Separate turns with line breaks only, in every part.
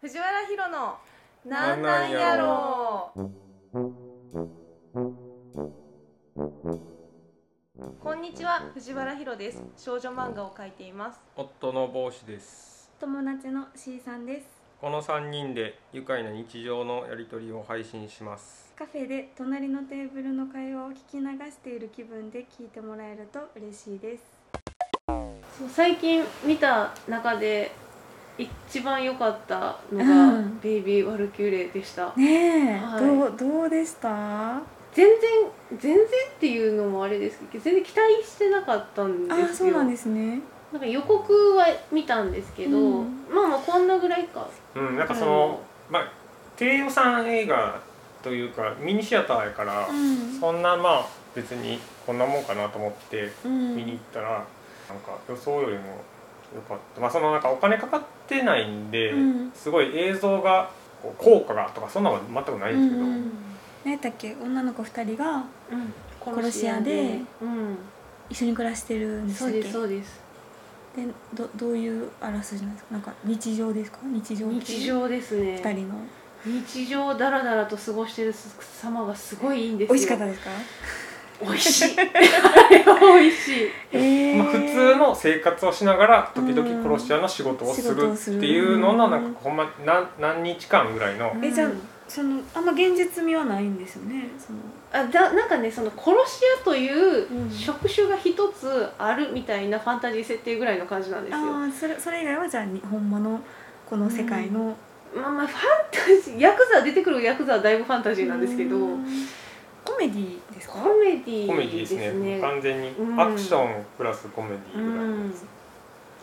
藤原ヒロのなんなんやろうこんにちは藤原ヒロです少女漫画を描いています
夫の帽子です
友達の C さんです
この3人で愉快な日常のやり取りを配信します
カフェで隣のテーブルの会話を聞き流している気分で聞いてもらえると嬉しいです
そう最近見た中で一番良かったの
う
が
ん
「ベイビー・ワルキューレ」でした、
ねえ、
はい
どうどうでしたあ
全然全然っていうのもあれですけど全然期待してなかったんです
そ
よ
うなんですね
なんか予告は見たんですけど、
うん
まあまあこんなぐらいか
うんなんかその、まあ低予算映画というかミニシアターやから、
うん
そんなまあ別にこんなもんかなと思って
うん
見に行ったら、なんか予想よりも良かったまあそのなんかお金かかってないんで、
うん
すごい映像がこう効果がとかそんなのは全くないんですけど、
うんうん何やったっけ女の子2人が
うん
殺し屋で
うん、
一緒に暮らしてるんでしたっ
そう
け
ですそうです
でどどういうあらすじなんですかなんか日常ですか日常っていう
日常ですね
二人の
日常だらだらと過ごしてる様がすごいいいんですよ
美味しかったですか
美味し いあれは美味しい
え
まあ、普通の生活をしながら時々殺し屋の仕事をす
うん仕事をす
る
る
っていうののなん
うん
かほんま何何日間ぐらいの
えじゃあ
うん
そのあんま現実味はないんですよねその
あだなんかねその殺し屋という
うん
職種が一つあるみたいなファンタジー設定ぐらいの感じなんですよ、
ああそれそれ以外はじゃあにほんまのこの世界の、
まあまあファンタジーヤクザ出てくるヤクザはだいぶファンタジーなんですけど、
うんコメディです
コ
か
メディ
コメディ
ー
で
ですす
ね
ね
完全に
うん
アクションプラスコメデ
う
ィぐらいのや
ん
つ、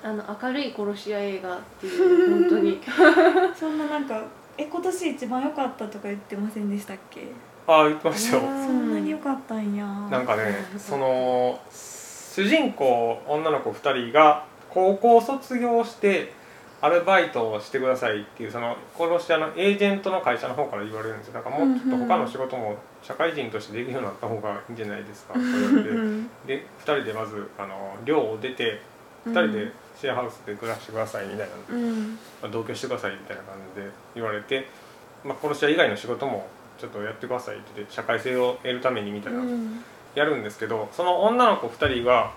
あの明るい殺し屋映画っていう本当に
そんななんかえ今年一番良かったとか言ってませんでしたっけ
ああ言ってましたよ
う
そんなに良かったんや
なんかね
うん
その主人公女の子2人が高校卒業してアルバイトをしてくださいっていうその殺し屋のエージェントの会社の方から言われるんですよなんかもうちょっと他の仕事も社会人としてできるようになった方がいいんじゃないですかって言われて
うん
で2人でまずあの寮を出て2人でシェアハウスで暮らしてくださいみたいな、
うん
まあ同居してくださいみたいな感じで言われて、まあ、殺し屋以外の仕事もちょっとやってくださいって言って社会性を得るためにみたいな、
うん
やるんですけどその女の子2人が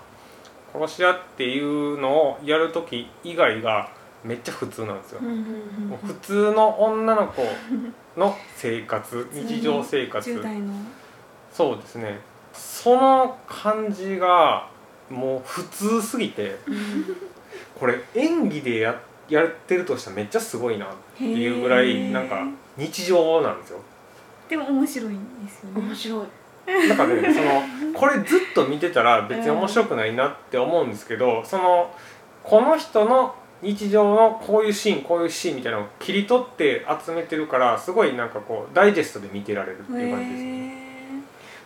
殺し屋っていうのをやる時以外がめっちゃ普通なんですよ、
うん
もう普通の女の子の生 活日常生
10
活
代の
そうですねその感じがもう普通すぎてこれ演技でややってるとしたらめっちゃすごいなっていうぐら
へ
い
ー
なんか日常なんですよ
でも面白いんですよね
面白い
だ からねそのこれずっと見てたら別に面白くないなって思うんですけどそのこの人の日常のこういうシーンこういうシーンみたいなのを切り取って集めてるからすごいなんかこうダイジェストで見てられるっていう感じですね。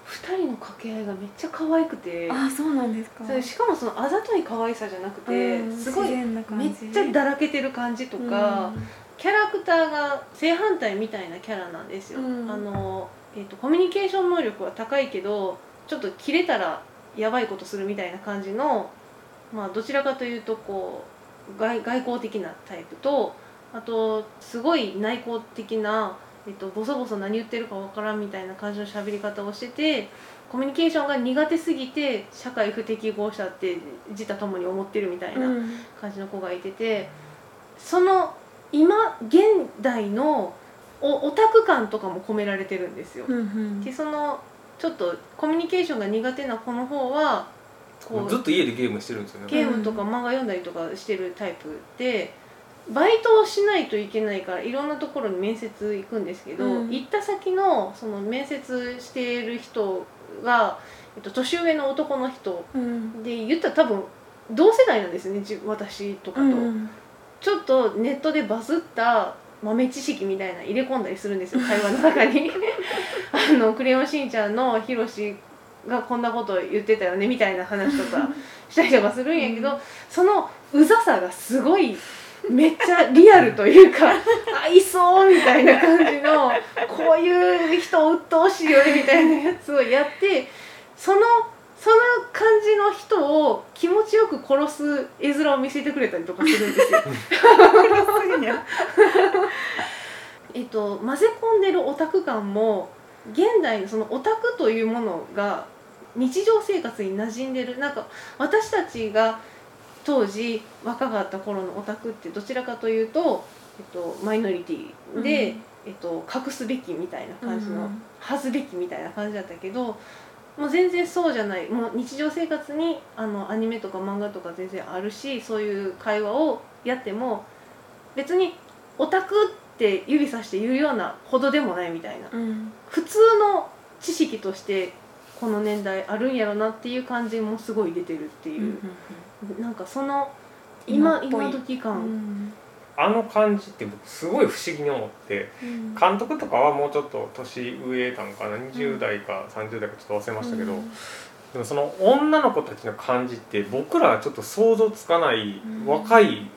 2人の掛け合いがめっちゃ可愛くて
へーあそうなんですか
それしかもそのあざとい可愛さじゃなくて、
うん
すごい
自然な感
めっ
じ
ちゃだらけてる感じとか、キャラクターが正反対みたいなキャラなんですよ、
うん
あの、えー、とコミュニケーション能力は高いけどちょっと切れたらやばいことするみたいな感じの、まあ、どちらかというとこう外外交的なタイプとあとすごい内向的な、えー、とボソボソ何言ってるかわからんみたいな感じの喋り方をしててコミュニケーションが苦手すぎて社会不適合者って自他ともに思ってるみたいな。
うん
感じの子がいててその今現代のおオタク感とかも込められてるんですよ、
うんうん
でそのちょっとコミュニケーションが苦手な子の方はこ
もうずっ
う
と家でゲームしてるんですよね。
ゲームとか漫画読んだりとかしてるタイプでバイトをしないといけないからいろんなところに面接行くんですけど、
うん
行った先のその面接している人が、えっと、年上の男の人
うん
で言ったら多分同世代なんですね自私とかと。
うん
ちょっとネットでバズった豆知識みたいなの入れ込んだりするんですよ会話の中にあの「クレヨンしんちゃん」のひろしがこんなこと言ってたよねみたいな話とかしたりとかするんやけど、
う
そのうざさがすごいめっちゃリアルというかあいそうみたいな感じのこういう人鬱陶しいよねみたいなやつをやってそのその感じの人を気持ちよく殺す絵面を見せてくれたりとかするんですよ。
すごいね
と、混ぜ込んでるオタク感も現代のそのオタクというものが日常生活に馴染んでるなんか私たちが当時若かった頃のオタクってどちらかというと、えっと、マイノリティで、えっと、隠すべきみたいな感じの、
うん
恥ずべきみたいな感じだったけどもう全然そうじゃないもう日常生活にあのアニメとか漫画とか全然あるしそういう会話をやっても別にオタクって指さして言うようなほどでもないみたいな
うん
普通の知識としてこの年代あるんやろなっていう感じもすごい出てるって
う
い
ん
う、なんかその今
今
今
っぽい
時
う
感、
ん
あの感じって僕すごい不思議に思って
うん
監督とかはもうちょっと年上なのかな20代か30代かちょっと忘れましたけど、でもその女の子たちの感じって僕らはちょっと想像つかない
うん
若い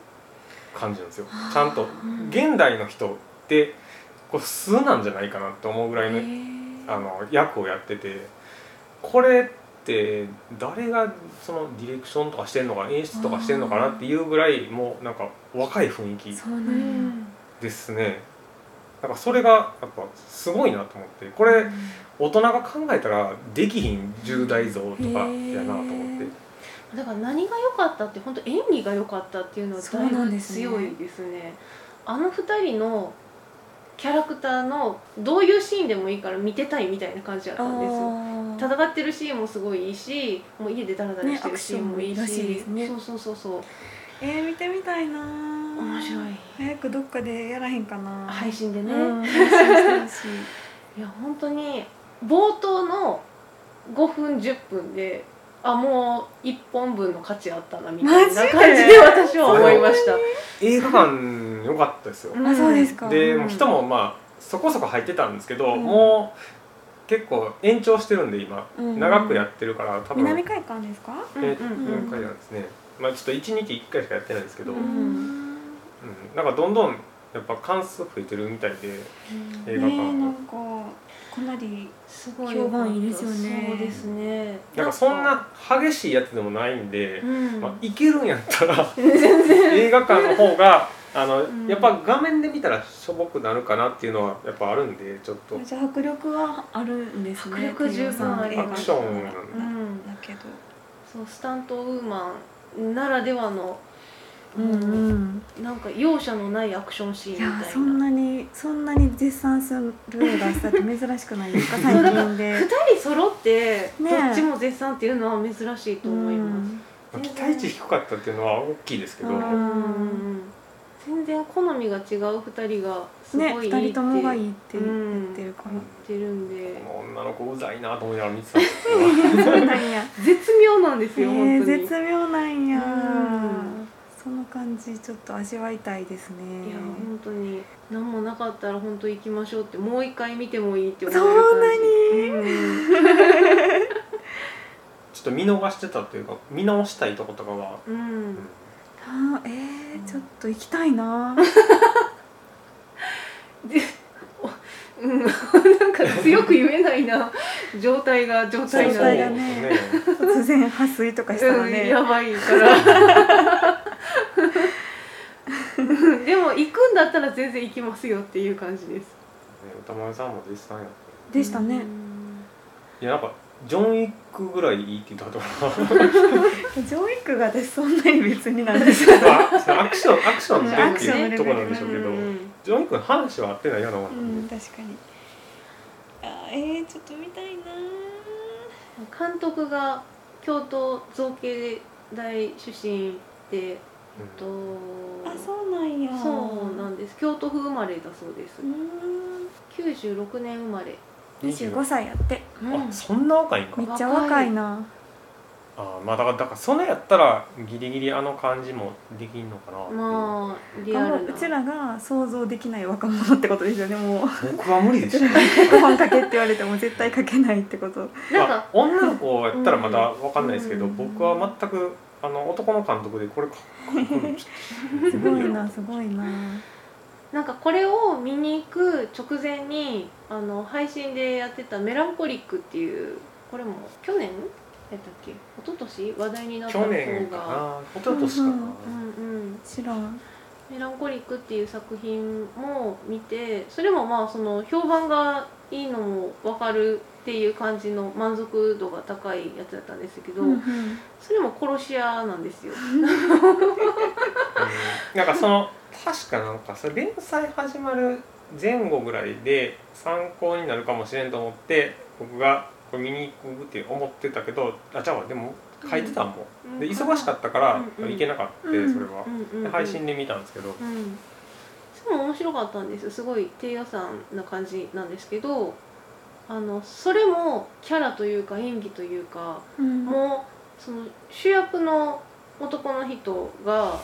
感じなんですよ、ちゃんと
うん
現代の人ってこう素なんじゃないかなって思うぐらいの,、
へー
あの役をやっててこれって誰がそのディレクションとかしてんのかな演出とかしてんのかなっていうぐらいもうなんか若い雰囲気
そうなん
う
や
ん
ですねなんかそれがやっぱすごいなと思ってこれ大人が考えたらできひん10代像とかやなと思って
へー
だから何が良かったって本当演技が良かったっていうのは
そうな
だい
ん
ぶ
ですね
強いですねあの二人のキャラクターのどういうシーンでもいいから見てたいみたいな感じだったんですよ
あー
戦ってるシーンもすごいいいしもう家でダラダラしてるシーンもいいし,、
ねアクションもいいらしいですね
そうそうそうそう
えー、見てみたいな
面
面
白い
早くどっかでやらへんかな
配信で
う
ね、
ん、配信してほしい
いや本当に冒頭の5分10分であもう1本分の価値あったなみたいな
マジで
感じで私は思いました
映画館良かったですよ
ん
あそうですか
で
うん
もう人もまあそこそこ入ってたんですけど、
うん
もう結構延長してるんで今
うん
長くやってるから多分
南海館ですか
うん
え
うん
南海なんですね、まあ、ちょっと1日1回しかやってないんですけど、
う
うんん
うん
なんかどんどんやっぱ関数増えてるみたいで
ね
映
え
画
な
館も
んかかなり
すごい
評判いいですよね
そうですね
なんかそんな激しいやつでもないんで、
うん
まあ、いけるんやったら映画館の方があの、
うん
やっぱ画面で見たらしょぼくなるかなっていうのはやっぱあるんでちょっと
じゃあ迫力はあるんですね
迫力十分あり
ア
ま
ク
す
ション
だ
うん
けど
そうスタントウーマンならではの、
うん
なんか容赦のないアクションシー
い
ンみたい
や
な
そんなにそんなに絶賛する映画したって珍しくないですか最
そうだから
近で
2人揃ってど
ね
っちも絶賛っていうのは珍しいと思います、
まあ期待値低かったっていうのは大きいですけど、
う
うん
ん
全然好みが違う2人がす
うんね
ごいいい
二人ともがいいって
う
言
ん
ってるから、
言ってるんで
この女の子うざいなと思いながら見てたんですけど
そうなんや
絶妙なんです
え
よ、本
ー、
当に
絶妙なんや、
うん
その感じちょっと味わいたいですね
いや本当に何もなかったら本当行きましょうってもう一回見てもいいって思える感じそんなに
ちょっと見逃してたというか見直したいとことかは、
うん、
う
う
ん
ん、
あーえー、ちょっと行きたいな
うん、 なんか強く言えないな状態が状
そう
態
そう
な
状態
の
がね
ですね
突然破水とかしたら
うん、
ね、
やばいからうん でも行くんだったら全然行きますよっていう感じです
歌丸さんも絶賛やって
でしたね、
うん
いやなんかジョン・ウィックぐらいいいって言ってたか
ジョーイックが私そんなに別になんですよ
らまあそのアクションアクション
うんアクシ
っ
ョ
て
ンの
いう
レ
と
ベ
ころ
ル
なんでしょうけど、
うん
ジョン・ウィックの話は合ってないようなもんな
うん
で、
ん確かにあーえー、ちょっと見たいな
監督が京都造形大出身で、えっと、
あそうなんや
そうなんです京都府生まれだそうです
うー
96年生まれ、
うん
ん25歳やって
あそんな若いんか
めっちゃ若いな
あーまあだからだからそれやったらギリギリあの感じもできんのかなっていう
まあリア
あ
ル
もう
な
うちらが想像できない若者ってことですよねもう
僕は無理でしたね
ご飯かけって言われても絶対かけないってこと
なん
まあ
か、
女の子やったらまだわかんないですけど、
うん
僕は全くあの男の監督でこれか っこいい
すごいなすごいな
なんかこれを見に行く直前にあの配信でやってた「メランコリック」っていうこれも去年やったっけ一昨年話題になった
去
方
年か
が
な一昨年かな、
うんうん
うんうん
知らん
「メランコリック」っていう作品も見てそれもまあその評判がいいのも分かるっていう感じの満足度が高いやつだったんですけど、
うんうん
それも殺し屋なんですよ。
うんなんかその確かなんかそれ連載始まる前後ぐらいで参考になるかもしれんと思って僕がこれ見に行くって思ってたけどあじゃあでも書いてたもん、
うん
で忙しかったから
うんうん
行けなかった、
うん
それは
う、んうんうん
で配信で見たんですけど、
うん、それも面白かったんですすごい低予算な感じなんですけどあのそれもキャラというか演技というか
うん
もうその主役の男の人が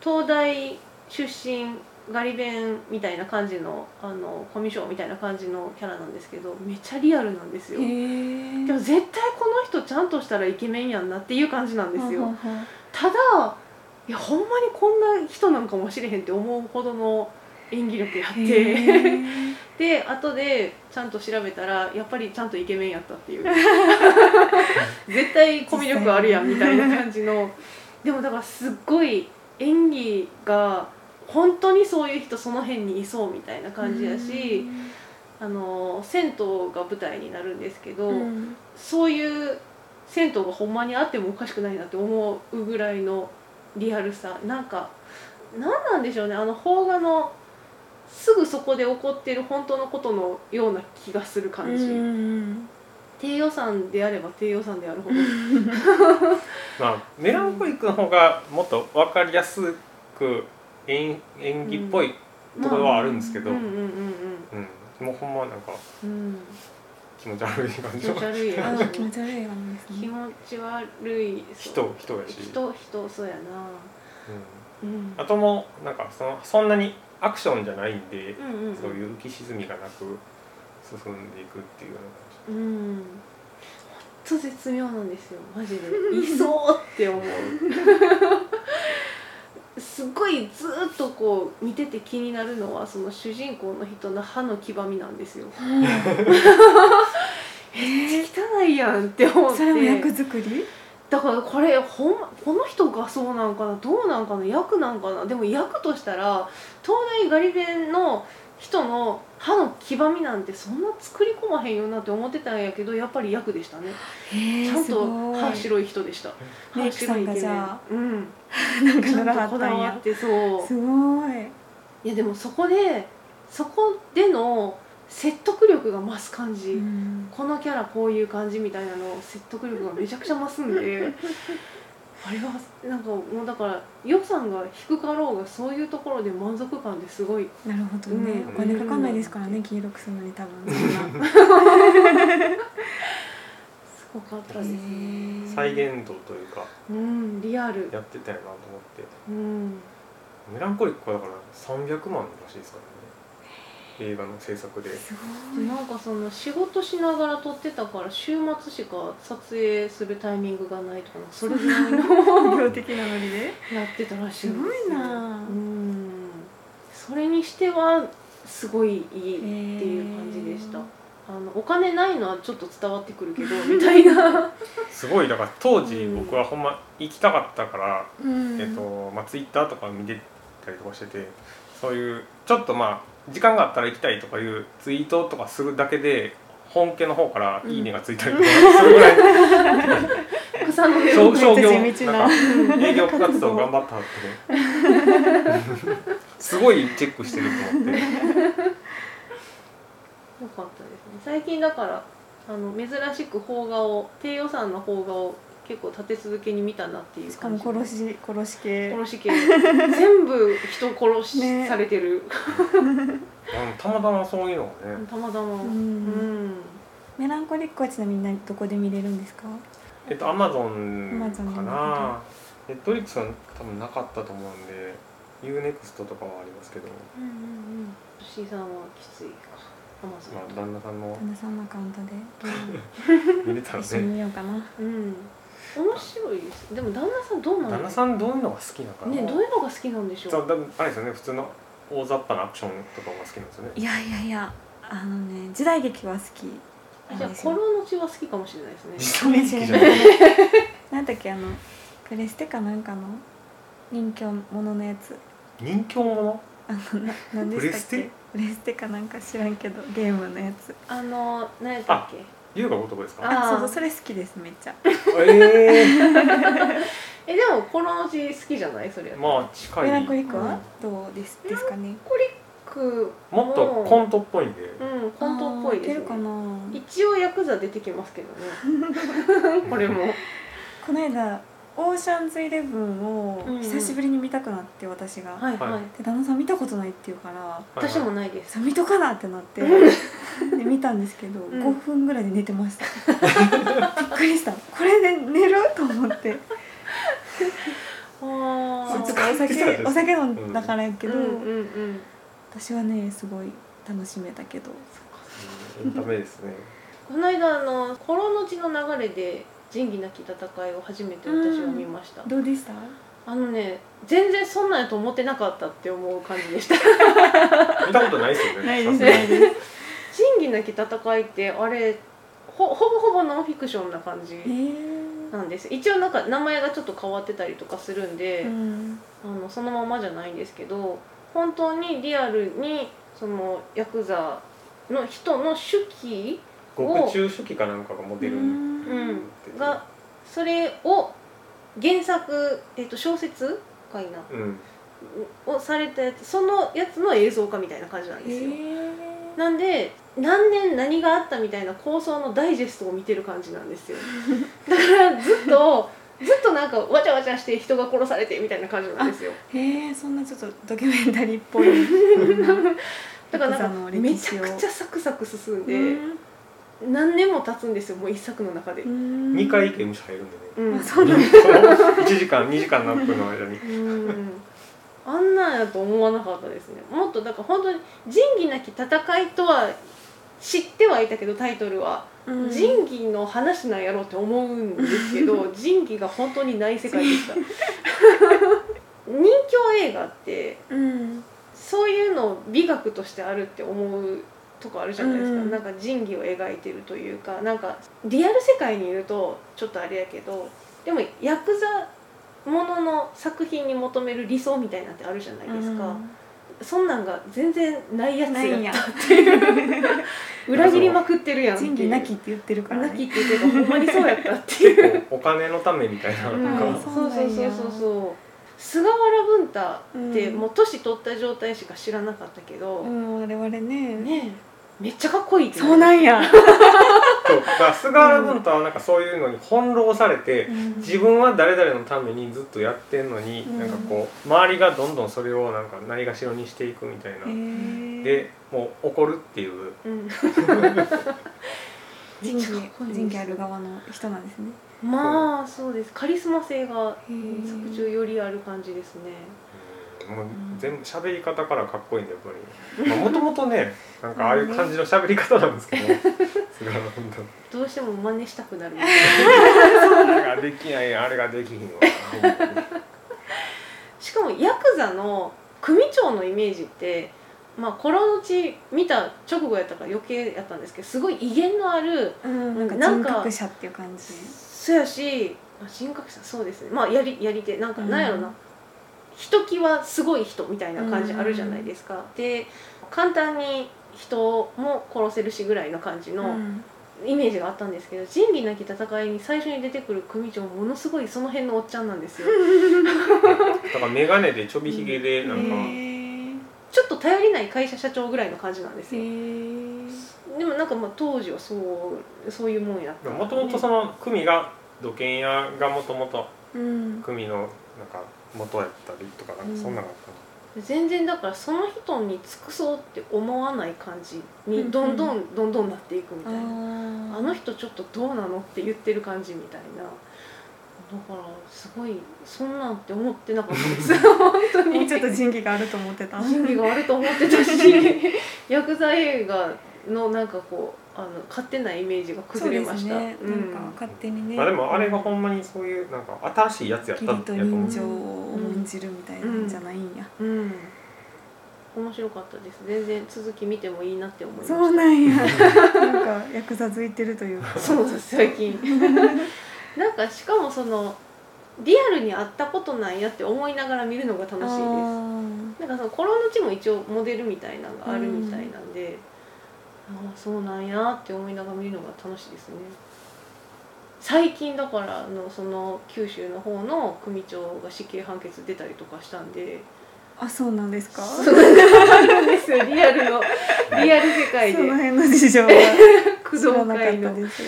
東大出身ガリ弁みたいな感じのあのコミュ障みたいな感じのキャラなんですけどめっちゃリアルなんですよ
へ
で
え
も絶対この人ちゃんとしたらイケメンやんなっていう感じなんですよ
ははは
ただいやほんまにこんな人なんかもしれへんって思うほどの演技力やっ
へ
て
え
で後でちゃんと調べたらやっぱりちゃんとイケメンやったっていう 絶対コミュ力あるやんみたいな感じのでもだからすっごい演技が本当にそういう人その辺にいそうみたいな感じやし、あの銭湯が舞台になるんですけど、
うん
そういう銭湯がほんまにあってもおかしくないなって思うぐらいのリアルさなんか何なんでしょうねあの邦画のすぐそこで起こってる本当のことのような気がする感じ、
うん
低予算であれば低予算であるほど
まあ、メランコリックの方がもっと分かりやすく演演技っぽいところはあるんですけど、
う
うん
うんんうん
もうほんまなんか
うんうん
気持ち悪い感
気
じの
持ち悪い
あ
や
ー気持ち悪いよね
つ気持ち悪いそう
人人やし、
人人そうやな
う
うん
ん、あともなんかそのそんなにアクションじゃないんで、
うんうんうん
そういう浮き沈みがなく進んでいくっていうような感じ
うんほんと絶妙なんですよマ ジでいそうって思うすごいずーっとこう見てて気になるのはその主人公の人の歯の黄ばみなんですよ
へえ
汚いやんって思って
それも役作り
だからこれほんこの人がそうなんかなどうなんかな役なんかなでも役としたら東大ガリ弁の人の歯の黄ばみなんてそんな作り込まへんよなって思ってたんやけどやっぱり役でしたね
へ
ち
え
ゃん
す
と
ごい
歯白い人でした。
メイクさんがじゃ
あ、うん、
なんか
ち
塗ら
ゃ
は
んとこ
っ
だ
たん
わ
や
ってそう。
すごい
いやでもそこでそこでの説得力が増す感じ。
うん
このキャラこういう感じみたいなの説得力がめちゃくちゃ増す んであれはなんかもうだから予算が低かろうがそういうところで満足感ですごい
なるほどね
う
お
ん
金かかんないですからね黄色くするのに多分そ んな
すごかったですね、
へえ
再現度というか
うんリアル
やってたよなと思って
うん
メランコリックはだから300万らしいですからね映画の制作です
ごい
なんかその仕事しながら撮ってたから週末しか撮影するタイミングがないとかなんかそれぐらいの
量的なノリで
やってたらしいんですよ
すごいなあ
うんそれにしてはすごいいいっていう感じでした、あのお金ないのはちょっと伝わってくるけどみたいな
すごいだから当時
うん
僕はほんま行きたかったから、
うん
えっとまあ、ツイッターとか見てたりとかしててそういうちょっとまあ時間があったら行きたいとかいうツイートとかするだけで本家の方から「いいね」がついたりとか、それぐらい
草の根
そ
を
う
めっちゃ
商業
地道
な
なん
か営業活動頑張ったって すごいチェックしてると思って
よかったですね 最近だからあの珍しく邦画を低予算の邦画を結構立て続けに見たなっていう
しか
感
も
じ
殺し殺し系
殺し系全部人殺し、
ね
されてる
うんたまたまそういうのがね
たまたま
う
うんん
メランコリックはちなみにどこで見れるんですか
えっとアマゾン
Amazon
かなネットリックスは多分なかったと思うんで UNEXT とかはありますけど、
うんうんうん石井さんはきついかアマゾ
まあ、旦
ン
那さんの
旦那さんのアカウントで
見れたら
一緒に
ね
見ようかな
うん面白いですでも旦那さんどうなん
旦那さんどういうのが好きなのかな、
ねどういうのが好きなんでしょう
そうだあれですよね普通の大雑把なアクションとかが好きなんですよね
いやいやいやあのね時代劇は好き
じゃあコロの血は好きかもしれないです ね
実際好きじゃ ない
なんだっけあのプレステかなんかの人気者のやつ
人気者
あのな何でしたっけ
プレステ
プレステかなんか知らんけどゲームのやつ
あの何やったっけ
優雅男ですか
あー
あそうそうそれ好きですめっちゃ
ええ
えでもこのうち好きじゃないそれやったら
まあ近
メ
い
ランコリックは
う
どうですですかね
コリック
んもっとコントっぽいんで、
うんコントっぽいで
あー出
す
るか
ね
な
一応ヤクザ出てきますけどね これも
この間オーシャンズイレブンを
うんうん
久しぶりに見たくなって私が、
はいはい、
はい
で旦那さん見たことないっていうから
私もないです
さ見とかなってなってで見たんですけど、
ん
5分ぐらいで寝てましたびっくりしたこれで寝ると思って
あ
ちょっとお
疲れてたんですね
酒お酒飲んだからやけ
け
ど、
ど、うんうんうん、
私はねすごい楽しめたけど
うんダメですね
この間あの「コロの血の流れ」で仁義なき戦いを初めて私は見ました、
どうでした
あのね全然そんなんやと思ってなかったって思う感じ でした
見たことないですよね
ないです
さが
な
に
いです
仁義なき戦いってあれほほぼほぼノンフィクションな感
え
じ
ー
なんです一応なんか名前がちょっと変わってたりとかするんで、
うん
あのそのままじゃないんですけど本当にリアルにそのヤクザの人の手記
獄中初期かなんかがモデルに
うん
なってて
がそれを原作、えっと小説かいな
うん
をされたやつそのやつの映像化みたいな感じなん
え
ですよ、
ー
なんで何年何があったみたいな構想のダイジェストを見てる感じなん ですよだからずっとずっとなんかわちゃわちゃして人が殺されてみたいな感じなんですよ
へえそんなちょっとドキュメンタリーっぽい
だからなん
ヤク
か
ザの
め
歴
ち
史
ゃ
を
くちゃサクサク進んで、
うん
何年も経つんですよもう一作の中で、
うん
2回刑務所入るんでね
うん
そう ん
1時間2時間何分の間に
うんあんなんやと思わなかったですねもっとだから本当に仁義なき戦いとは知ってはいたけどタイトルは、
うん
仁義の話なんやろうって思うんです けど仁義が本当にない世界でした人侠映画って
うん
そういうのを美学としてあるって思うとこあるじゃないですか、
うん
なんか仁義を描いてるというかなんかリアル世界にいるとちょっとあれやけどでもヤクザものの作品に求める理想みたいなのってあるじゃないですか、そんなんが全然ないやつ
ないん
や
や
裏切りまくってるやんっていう
仁義なきって言ってるから、ね、
なきって言ってたほんまにそうやったっていう
結構お金のためみた いな
う
の
ん
が
そうそうそ
そう
うそうそう菅原文太って
うん
もう年取った状態しか知らなかったけど、
うん我々ね
ねえめっちゃかっこいいって
そうなんや、
そうだから菅原文太はなんかそういうのに翻弄されて自分は誰々のためにずっとやってんのに、
うん
なんかこう周りがどんどんそれをなんかないがしろにしていくみたいな、
で
でもう怒るっていう
うん
人気人気ある
が
側の人なんですね
まあそうですカリスマ性が
へー
作中よりある感じですね
うんもう全部喋り方からかっこいいんでやっぱ りもともとねなんかああいう感じの喋り方なんですけど菅原文太
どうしても真似した くなる
あれができないあれができひんわほんまに
しかもヤクザの組長のイメージってまあこのうち見た直後やったから余計やったんですけどすごい威厳のある
うんなんか
なん
人
か
格者っていう感じ
そやし、まあ、人格者そうですねまあやりやり手なんか
うん
なんやろな、ひときわすごい人みたいな感じあるじゃないですか、で簡単に人も殺せるしぐらいの感じ
う
の
ん
イメージがあったんですけど仁義なき戦いに最初に出てくる組長ものすごいその辺のおっちゃんなんですよ
だから眼鏡でちょびひげでなんか、
へ
ちょっと頼りない会社社長ぐらいの感じなんですよ、
ー
でもなんかまあ当時はそうそういうもんやった
もともとその組が土建屋がもともと
うん
組のなんか元やったりとかなんかそんなのがあったの
全然だからその人に尽くそうって思わない感じ
うんう
に
ん
どんどんどんどんなっていくみ
あ
たいな、あ
の
の人ちょっとどうなのって言ってる感じみたいなだからすごいそんなんって思ってなかったです 本当に
もうちょっと人気があると思ってた
準備があると思ってたし ヤクザ映画のなんかこうあの勝手なイメージが
そう
崩
で
れますし
ね
た
なん
うん
か勝手にね
まあでもあれがほんまにそういうなんか新しいやつやった
義
んや
理
と
と
思うん
人
です
情を重んじるみたいなんじゃないんや
うん面白かったです全然続き見てもいいなって思いました
そうなんやなんか ヤクザづいてるというか
そう最近なんかしかもそのリアルに会ったことないやって思いながら見るのが楽しいですなんかそのコロの地も一応モデルみたいなのがあるみたいなんで、ああそうなんやって思いながら見るのが楽しいですね最近だからあのその九州の方の組長が死刑判決出たりとかしたんで
あそうなんですか
そうなんですよリアルのリアル世界
そ
で
の辺の事 情は
工
知
藤
らなか
会
った
の
です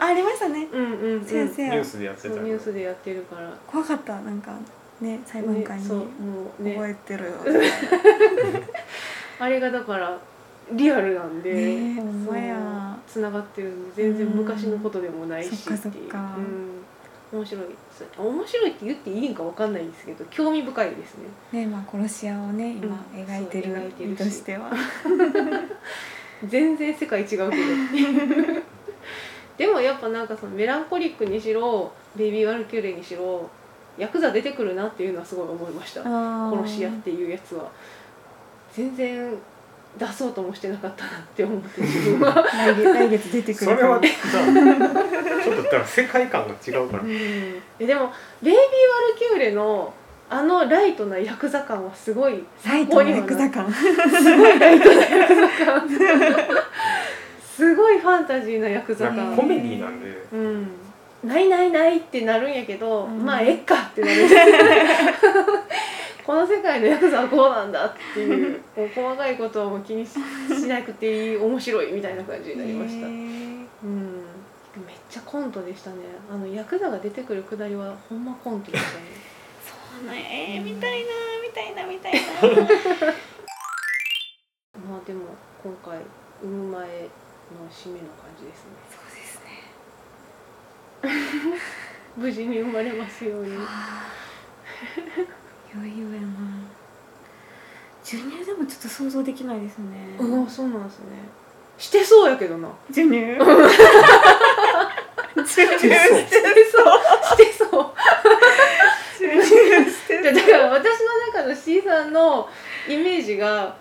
あありましたね
うんうん、うん、
先
ニ
生、
ュースでやって
そ
た
う
よ
ニ
ね
ュースでやってるから
怖かったなんかね裁判官
ね
に
そうもうね
覚えてるよ、
あれがだからリアルなんで、
ねえほんまや
つながってるんで全然昔のことでもないし
うん
って
そっかそ
い
うっか
うん、面白いです面白いって言っていいんかわかんないんですけど興味深いですね
ねまあ殺し屋をね今
うん
描いて
そう
る
描いて
身
るし
としては、
全然世界違うけど でもやっぱなんかそのメランコリックにしろベイビー・ワルキューレにしろヤクザ出てくるなっていうのはすごい思いました殺し屋っていうやつは全然出そうともしてなかったなって思って自分は
あー来月来月出てく
そ
る
れ
か
は
も
ちょっとだから世界観が違うから
えでもベイビー・ワルキューレのあのライトなヤクザ感はすごい
ライトの役だから
すごいライトなヤクザ感すごいファンタジーなヤクザ
なん
感
かコメディなんで
うんないないないってなるんやけど、
うん
まあえっかってなるこの世界のヤクザはこうなんだっていうこう細かいことをもう気にししなくていい面白いみたいな感じになりました、
へー
うんめっちゃコントでしたねあのヤクザが出てくるくだりはほんまコントでしたね
そうなんえー、見たいな見たいな見た いな
まあでも今回産む前の締めの感じですね
そうですね
無事に生まれますように
いよいよやな授乳でもちょっと想像できないですね、
うんそうなんですねしてそうやけどな
授乳授乳
してそう してそう
授乳して
いやだから私の中の C さんのイメージが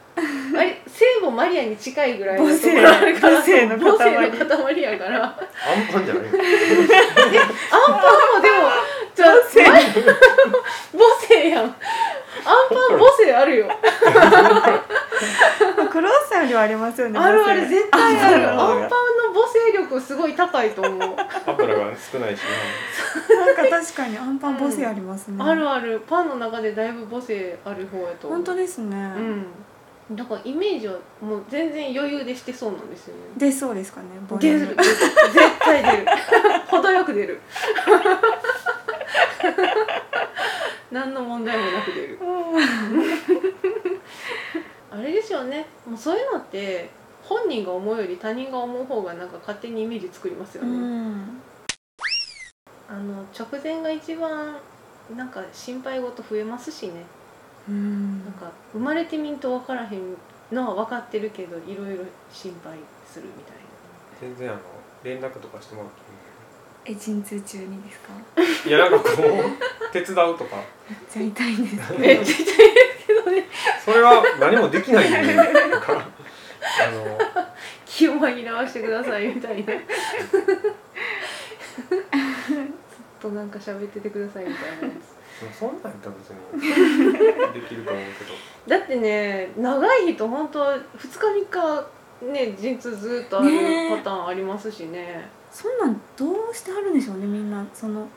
あれ聖母マリアに近いぐらいのところあるから
母性の
母
母性
性
の塊
の塊やからアン
アンパンじゃないよ
パンもで もじゃあ
母性
前 母性やんアンパン母性あるよ
クロスさんよりはありますよね
あるある絶対あるアン
あ
パ
そう
ンの母性力すごい高いと思う
油が少ないし
なんか確かにアンパン母性ありますね、
あるあるパンの中でだいぶ母性ある方やと思う
本当ですね、
うんだからイメージはもう全然余裕でしてそうなんですよね
出そうですかねボリュ
出
ー
る
ム
絶対出る程よく出る何の問題もなく出るあれですよねもうそういうのって本人が思うより他人が思う方がなんか勝手にイメージ作りますよ
う
ね、
ん
あの直前が一番なんか心配事増えますしね
うん
なんか生まれてみんと分からへんのは分かってるけどいろいろ心配するみたい
全然あの連絡とかしてもらって
え陣痛中にです か
いいいやなんかこう手伝うとか
めっちゃ痛いんです
なめっちゃ痛いけどね
それは何もできないんでなんかあの
気を紛らわしてくださいみたいなずっとなんか喋っててくださいみたいなやつ
そんなんやったら別にできると思うけど
だってね長い人本当二2日3日ね陣痛ずっとある
ねえ
パターンありますしね
そんなんどうしてはるんでしょうねみんなその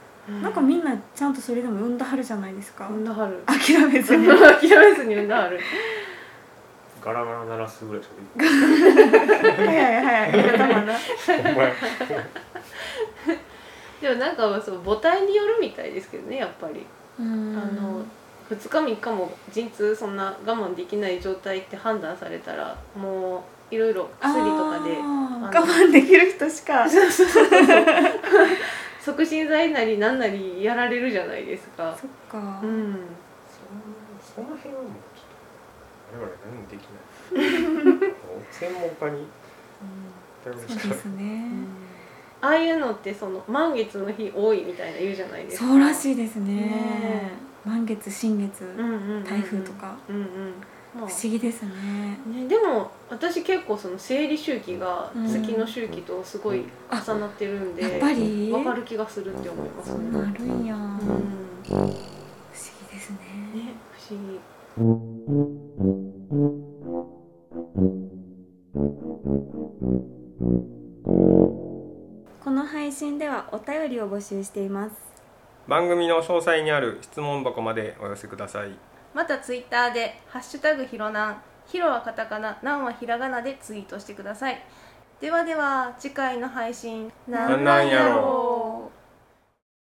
なんかみんなちゃんとそれでも産んだはるじゃないですか、
産んだはる
諦め ずに
諦めずに産んだはる
ガラガラ鳴らすぐらいしかできない
早い早い頭な
お前
でもなんかそう母体によるみたいですけどねやっぱり
あ
あの2日3日も陣痛そんな我慢できない状態って判断されたらもういろいろ薬とかで
我
あの
慢できる人しかそ
促進剤なりなんなりやられるじゃないですか
っか、
うん
そのその辺はもうちょっと我々何もできない もう専門家に頼る
そ
し
う
か
で
ない
すね、
ああいうのってその満月の日多いみたいな言うじゃないですか
そうらしいですね
ね
満月新月、
うんうんうんうん
台風とか
うんうんまあ
不思議ですね
ね、でも私結構その生理周期が
うん
月の周期とすごい重なってるんで、
やっぱり
わかる気がするって思います
そう
ね。
なるんや、
うん
不思議
ね
ですね
不思議。
この配信ではお便りを募集しています
番組の詳細にある質問箱までお寄せください
またツイッターで「ハッシュタグひろなん」ひろはカタカナ、なんはひらがなでツイートしてください。ではでは、次回の配信、
なんなんやろう